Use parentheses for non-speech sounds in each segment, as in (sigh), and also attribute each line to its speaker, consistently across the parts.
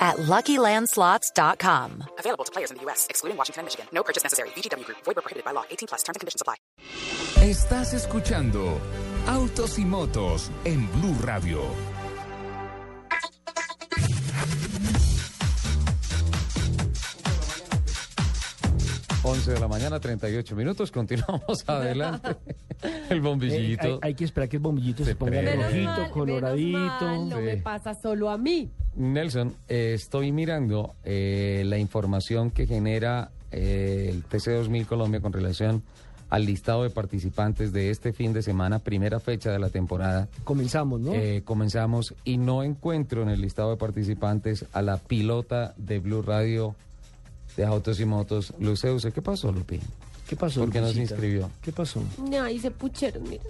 Speaker 1: at LuckyLandSlots.com.
Speaker 2: Available to players in the U.S., excluding Washington and Michigan. No purchase necessary. VGW Group. Void where prohibited by law. 18 plus. Terms and conditions apply.
Speaker 3: Estás escuchando Autos y Motos en Blue Radio. Once de la mañana, 38 minutos.
Speaker 4: (laughs)
Speaker 3: Continuamos adelante. El
Speaker 5: Eh,
Speaker 3: bombillito.
Speaker 5: hay, hay que esperar que el bombillito se ponga
Speaker 3: prende. Menos
Speaker 5: rojito,
Speaker 4: mal, menos mal,
Speaker 5: coloradito.
Speaker 4: no me
Speaker 3: Sí.
Speaker 4: pasa solo a mí.
Speaker 3: Nelson, eh, estoy mirando eh, la información que genera eh, el TC2000 Colombia con relación al listado de participantes de este fin de semana, primera fecha de la temporada.
Speaker 5: Comenzamos, ¿no?
Speaker 3: Eh, comenzamos y no encuentro en el listado de participantes a la pilota de Blue Radio de Autos y Motos, Luceuse. ¿Qué pasó, Lupi?
Speaker 5: ¿Qué pasó?
Speaker 3: ¿por qué no se
Speaker 5: Lucita?
Speaker 3: inscribió?
Speaker 5: ¿Qué pasó?
Speaker 4: Ay, se pucheron, mira.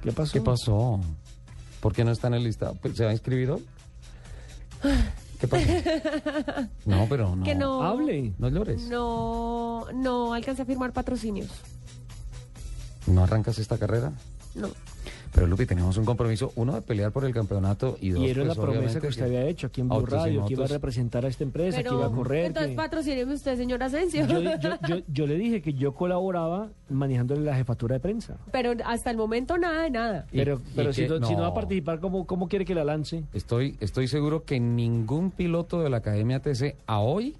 Speaker 5: ¿Qué pasó?
Speaker 3: ¿Qué pasó? ¿Por qué no está en el listado? Pues, ¿Se va a inscribir hoy? ¿Qué pasó? No, pero no.
Speaker 4: Que no.
Speaker 5: Hable.
Speaker 3: No llores.
Speaker 4: No, no alcancé a firmar patrocinios.
Speaker 3: ¿No arrancas esta carrera?
Speaker 4: No.
Speaker 3: Pero Lupi, tenemos un compromiso, uno de pelear por el campeonato y dos.
Speaker 5: Y era
Speaker 3: pues,
Speaker 5: la promesa
Speaker 3: obviamente,
Speaker 5: que usted había hecho aquí en Blue
Speaker 3: Autos y
Speaker 5: Radio, que iba a
Speaker 3: Motos.
Speaker 5: representar a esta empresa, que iba a correr.
Speaker 4: entonces
Speaker 5: que-
Speaker 4: patrocíneme usted, señor Asensio.
Speaker 5: Yo, yo- yo- yo le dije que yo colaboraba manejándole la jefatura de prensa.
Speaker 4: (laughs) Pero hasta el momento nada de nada.
Speaker 3: Y-
Speaker 5: Pero,
Speaker 3: y
Speaker 5: pero si,
Speaker 3: que-
Speaker 5: no, si no va a
Speaker 3: no.
Speaker 5: participar, ¿cómo, cómo quiere que la lance?
Speaker 3: Estoy, estoy seguro que ningún piloto de la Academia TC a hoy,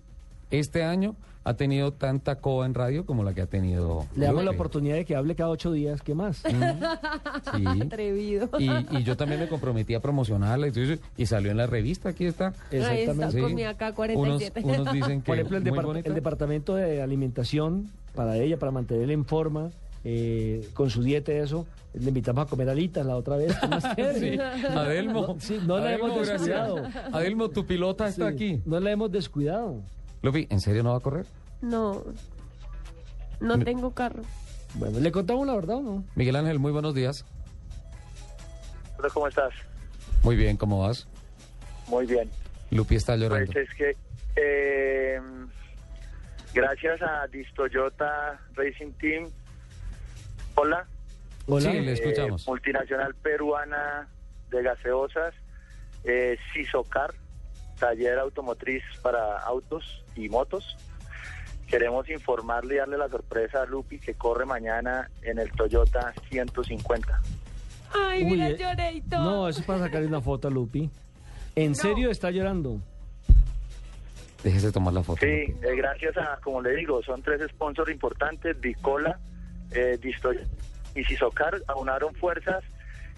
Speaker 3: este año, ha tenido tanta coba en radio como la que ha tenido.
Speaker 5: Le damos la
Speaker 3: Lupi.
Speaker 5: oportunidad de que hable cada ocho días. ¿Qué más?
Speaker 3: Mm.
Speaker 5: (laughs)
Speaker 3: Sí.
Speaker 4: Atrevido.
Speaker 3: Y, y yo también me comprometí a promocionarla y, todo eso, y salió en la revista, aquí está.
Speaker 4: Ahí está,
Speaker 5: Exactamente.
Speaker 4: con mi AK-47.
Speaker 3: Unos, unos dicen
Speaker 5: (laughs)
Speaker 3: que
Speaker 5: Por ejemplo, el,
Speaker 3: muy
Speaker 5: depart-
Speaker 3: bonita.
Speaker 5: el departamento de alimentación para ella, para mantenerla en forma, eh, con su dieta y eso, le invitamos a comer alitas la otra vez.
Speaker 3: (laughs)
Speaker 5: ¿qué más quiere?
Speaker 3: Sí, Adelmo,
Speaker 5: Sí, no la
Speaker 3: Adelmo,
Speaker 5: hemos
Speaker 3: gracias.
Speaker 5: descuidado.
Speaker 3: Adelmo, tu pilota
Speaker 5: Sí,
Speaker 3: está aquí.
Speaker 5: No la hemos descuidado.
Speaker 3: Lupi, ¿en serio no va a correr?
Speaker 4: No. No tengo carro.
Speaker 5: Bueno, ¿le contamos la verdad o no?
Speaker 3: Miguel Ángel, muy buenos días.
Speaker 6: Hola, ¿Cómo estás?
Speaker 3: Muy bien, ¿cómo vas?
Speaker 6: Muy bien.
Speaker 3: Lupi está
Speaker 6: Pues
Speaker 3: llorando.
Speaker 6: es que eh, gracias a Distoyota Racing Team, hola,
Speaker 5: Hola.
Speaker 3: Sí, le
Speaker 6: eh,
Speaker 3: escuchamos.
Speaker 6: multinacional peruana de gaseosas, eh, Sisocar, taller automotriz para autos y motos. Queremos informarle y darle la sorpresa a Lupi que corre mañana en el Toyota 150.
Speaker 4: Ay,
Speaker 5: Uy,
Speaker 4: mira,
Speaker 5: eh,
Speaker 4: lloré y todo.
Speaker 5: No, eso es para sacarle una foto a Lupi. ¿En serio está llorando?
Speaker 3: Déjese tomar la foto.
Speaker 6: Sí,
Speaker 3: Lupi.
Speaker 6: eh, gracias a, como le digo, son tres sponsors importantes, Dicola, eh, Disto- y Sisocar, aunaron fuerzas.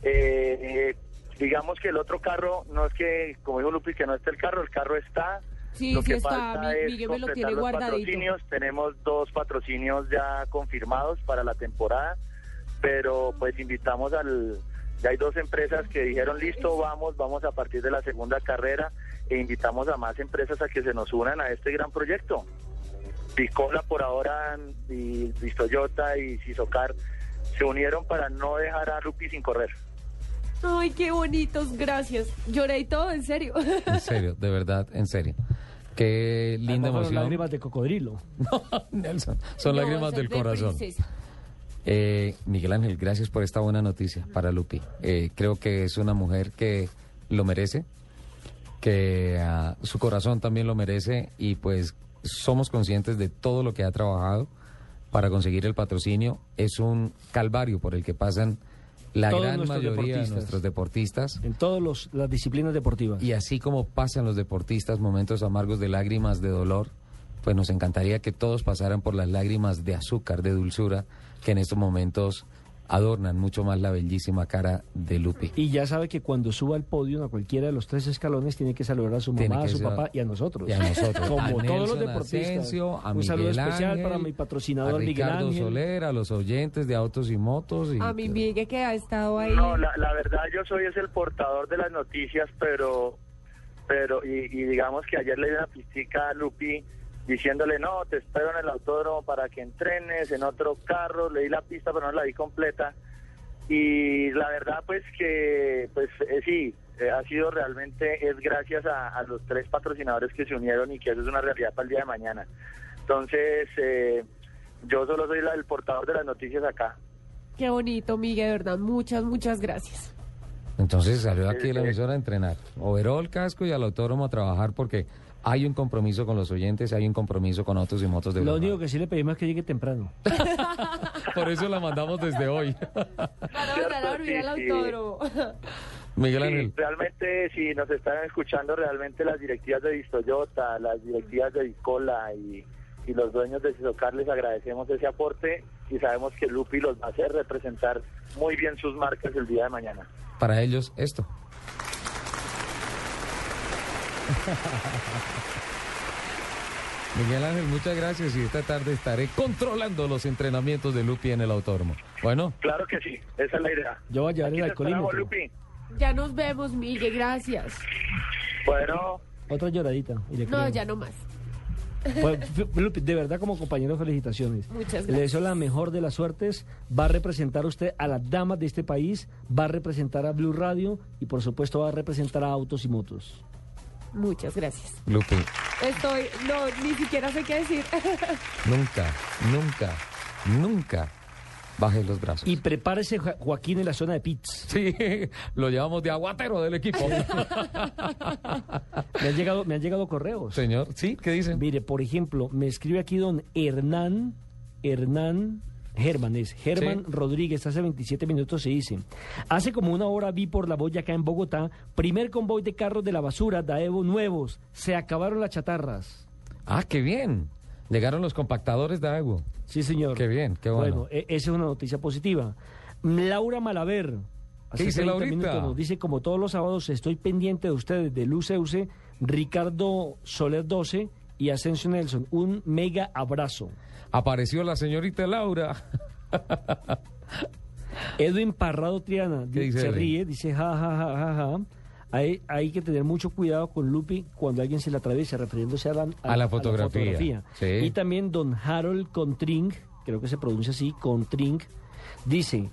Speaker 6: Eh, eh, digamos que el otro carro, no es que, como dijo Lupi, que no está el carro, el carro está.
Speaker 4: Sí,
Speaker 6: lo
Speaker 4: sí
Speaker 6: que
Speaker 4: está,
Speaker 6: falta
Speaker 4: mi-
Speaker 6: es
Speaker 4: Miguel me lo
Speaker 6: completar
Speaker 4: tiene
Speaker 6: los
Speaker 4: guardadito.
Speaker 6: patrocinios, tenemos dos patrocinios ya confirmados para la temporada, pero pues invitamos al... Ya hay dos empresas que dijeron, listo, vamos, vamos a partir de la segunda carrera e invitamos a más empresas a que se nos unan a este gran proyecto. Piscola por ahora y Vistoyota y Sisocar se unieron para no dejar a Lupi sin correr.
Speaker 4: Ay, qué bonitos, gracias. Lloré y todo, en serio. (laughs)
Speaker 3: En serio, de verdad, en serio. Qué linda
Speaker 5: Además, fueron
Speaker 3: emoción. (laughs)
Speaker 5: lágrimas de cocodrilo.
Speaker 3: Nelson, son
Speaker 4: No,
Speaker 3: lágrimas
Speaker 4: son
Speaker 3: del
Speaker 4: de
Speaker 3: corazón.
Speaker 4: princesa.
Speaker 3: Eh, Miguel Ángel, gracias por esta buena noticia para Lupi. Eh, creo que es una mujer que lo merece, que ah, su corazón también lo merece y pues somos conscientes de todo lo que ha trabajado para conseguir el patrocinio. Es un calvario por el que pasan la
Speaker 5: Todos
Speaker 3: gran
Speaker 5: nuestros
Speaker 3: mayoría
Speaker 5: deportistas.
Speaker 3: de nuestros deportistas.
Speaker 5: En todas las disciplinas deportivas.
Speaker 3: Y así como pasan los deportistas momentos amargos de lágrimas, de dolor, pues nos encantaría que todos pasaran por las lágrimas de azúcar, de dulzura, que en estos momentos adornan mucho más la bellísima cara de Lupi.
Speaker 5: Y ya sabe que cuando suba al podio a cualquiera de los tres escalones tiene que saludar a su
Speaker 3: Tiene
Speaker 5: mamá,
Speaker 3: que
Speaker 5: a su
Speaker 3: ser-
Speaker 5: papá y a nosotros.
Speaker 3: y a nosotros.
Speaker 5: (laughs) Como
Speaker 3: A
Speaker 5: todos
Speaker 3: Nelson
Speaker 5: los deportistas.
Speaker 3: Asensio, a
Speaker 5: Un saludo
Speaker 3: Miguel
Speaker 5: especial
Speaker 3: Ángel,
Speaker 5: para mi patrocinador
Speaker 3: a
Speaker 5: Miguel
Speaker 3: Ricardo
Speaker 5: Ángel.
Speaker 3: Soler, a los oyentes de Autos y Motos. Y
Speaker 4: A mi Miguel que ha estado ahí.
Speaker 6: No, la, la verdad yo soy es el portador de las noticias, pero pero y, y digamos que ayer le di una pistica a Lupi diciéndole, no, te espero en el autódromo para que entrenes, en otro carro, le di la pista pero no la di completa. Y la verdad pues que, pues eh, sí, eh, ha sido realmente, es gracias a, a los tres patrocinadores que se unieron y que eso es una realidad para el día de mañana. Entonces, eh, yo solo soy la, el portador de las noticias acá.
Speaker 4: Qué bonito, Miguel, de verdad. Muchas, muchas gracias.
Speaker 3: Entonces salió aquí de la emisora a entrenar. Overó el casco y al autódromo a trabajar porque hay un compromiso con los oyentes, hay un compromiso con autos y motos de
Speaker 5: Lo
Speaker 3: Bogotá.
Speaker 5: único que sí le pedimos es que llegue temprano.
Speaker 3: Por eso la mandamos desde hoy.
Speaker 4: Para lograr
Speaker 6: Cierto,
Speaker 4: abrir el
Speaker 6: sí, sí.
Speaker 4: autódromo.
Speaker 3: (laughs) Miguel
Speaker 6: Sí,
Speaker 3: Ángel.
Speaker 6: realmente, si nos están escuchando, realmente las directivas de Vistoyota, las directivas de Vicola y, y los dueños de Sisocar les agradecemos ese aporte y sabemos que Lupi los va a hacer representar muy bien sus marcas el día de mañana.
Speaker 3: para ellos esto. Miguel Ángel, muchas gracias y esta tarde estaré controlando los entrenamientos de Lupi en el autódromo. Bueno,
Speaker 6: Claro que sí, esa es la idea.
Speaker 5: Yo voy a llevar
Speaker 6: Aquí
Speaker 5: el
Speaker 6: te esperamos,
Speaker 5: alcoholímetro.
Speaker 6: Lupi.
Speaker 4: Ya nos vemos, Miguel, gracias.
Speaker 6: Bueno,
Speaker 5: Otra lloradita. y le
Speaker 4: No,
Speaker 5: creo.
Speaker 4: ya no más.
Speaker 5: Pues, f- Lupi, de verdad, como compañero, felicitaciones.
Speaker 4: Muchas
Speaker 5: Le deseo la mejor de las suertes. Va a representar usted a las damas de este país, va a representar a Blue Radio y, por supuesto, va a representar a Autos y Motos.
Speaker 4: Muchas gracias.
Speaker 3: Lupi,
Speaker 4: Estoy, no, ni siquiera sé qué decir. (laughs)
Speaker 3: nunca, nunca, nunca bajes los brazos.
Speaker 5: Y prepárese, Jo- Joaquín, en la zona de pits.
Speaker 3: Sí, lo llevamos de aguatero del equipo.
Speaker 5: Me han llegado, me han llegado correos.
Speaker 3: Señor, ¿sí? ¿Qué dicen?
Speaker 5: Mire, por ejemplo, me escribe aquí don Hernán, Hernán Germán, es Germán
Speaker 3: Sí.
Speaker 5: Rodríguez, hace 27 minutos se dice. Hace como una hora vi por la boya acá en Bogotá, primer convoy de carros de la basura, Daevo nuevos, se acabaron las chatarras.
Speaker 3: Ah, qué bien. Llegaron los compactadores de agua.
Speaker 5: Sí, señor.
Speaker 3: Qué bien, qué bueno.
Speaker 5: e- esa es una noticia positiva. Laura Malaver. hace
Speaker 3: dice
Speaker 5: 30
Speaker 3: Laurita?
Speaker 5: minutos Nos dice, como todos los sábados, estoy pendiente de ustedes, de Luz Euse, Ricardo Soler 12 y Asensio Nelson. Un mega abrazo.
Speaker 3: Apareció la señorita Laura.
Speaker 5: Edwin Parrado Triana
Speaker 3: ¿Qué
Speaker 5: di-
Speaker 3: dice
Speaker 5: se
Speaker 3: Edwin?
Speaker 5: ríe, dice ja ja ja ja ja. Hay, hay que tener mucho cuidado con Lupi cuando alguien se le atraviesa, refiriéndose a la,
Speaker 3: A la fotografía, sí.
Speaker 5: Y también don Harold Contring, creo que se pronuncia así, Contring, dice,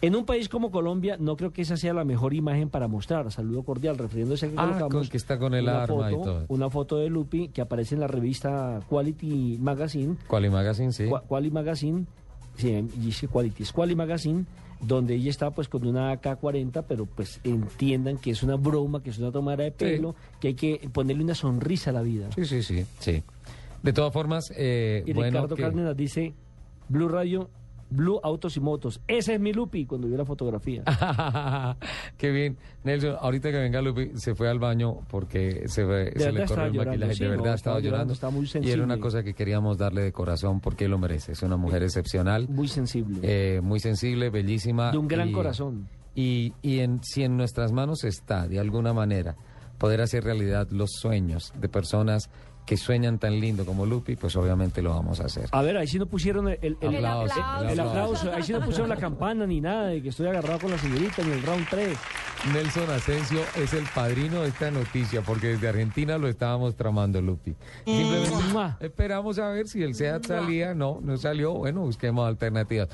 Speaker 5: en un país como Colombia no creo que esa sea la mejor imagen para mostrar. Saludo cordial, refiriéndose a que
Speaker 3: Ah,
Speaker 5: colocamos
Speaker 3: con que está con el
Speaker 5: una
Speaker 3: arma y
Speaker 5: foto-
Speaker 3: todo.
Speaker 5: Una foto de Lupi que aparece en la revista Quality Magazine
Speaker 3: ¿Cuál magazine? Sí.
Speaker 5: Qua- Quali Magazine, sí, y dice Quality, es Quali Magazine, donde ella está pues con una AK-40, pero pues entiendan que es una broma, que es una tomada de pelo, que hay que ponerle una sonrisa a la vida.
Speaker 3: Sí, sí, sí, sí. De todas formas, eh,
Speaker 5: Y
Speaker 3: bueno,
Speaker 5: Ricardo
Speaker 3: que-
Speaker 5: Cárdenas dice, Blue Radio, Blue Autos y Motos, ese es mi Lupi, cuando vio la fotografía.
Speaker 3: (laughs) Ah. qué bien. Nelson, ahorita que venga Lupi, se fue al baño porque se, fue- se le
Speaker 5: verdad
Speaker 3: corrió
Speaker 5: estaba
Speaker 3: el
Speaker 5: llorando,
Speaker 3: maquillaje.
Speaker 5: sí,
Speaker 3: de
Speaker 5: no,
Speaker 3: verdad estaba,
Speaker 5: estaba llorando,
Speaker 3: llorando.
Speaker 5: estaba muy
Speaker 3: y era una
Speaker 5: sensible.
Speaker 3: cosa que queríamos darle de corazón porque lo merece. Es una mujer excepcional,
Speaker 5: Muy sensible.
Speaker 3: eh, muy sensible, bellísima.
Speaker 5: De un gran corazón.
Speaker 3: Y, y en, si en nuestras manos está, de alguna manera, poder hacer realidad los sueños de personas que sueñan tan lindo como Lupi, pues obviamente lo vamos a hacer.
Speaker 5: a ver, ahí sí no pusieron el, el- el-
Speaker 3: Aplausos,
Speaker 4: aplauso.
Speaker 5: el
Speaker 3: aplausos.
Speaker 5: aplauso, ahí sí no pusieron la campana ni nada, de que estoy agarrado con la señorita en el round 3.
Speaker 3: Nelson Asensio es el padrino de esta noticia porque desde Argentina lo estábamos tramando, Lupi. Simplemente
Speaker 5: Mm. Mua.
Speaker 3: esperamos a ver si el SEAT salía. No, no salió. Bueno, busquemos alternativas.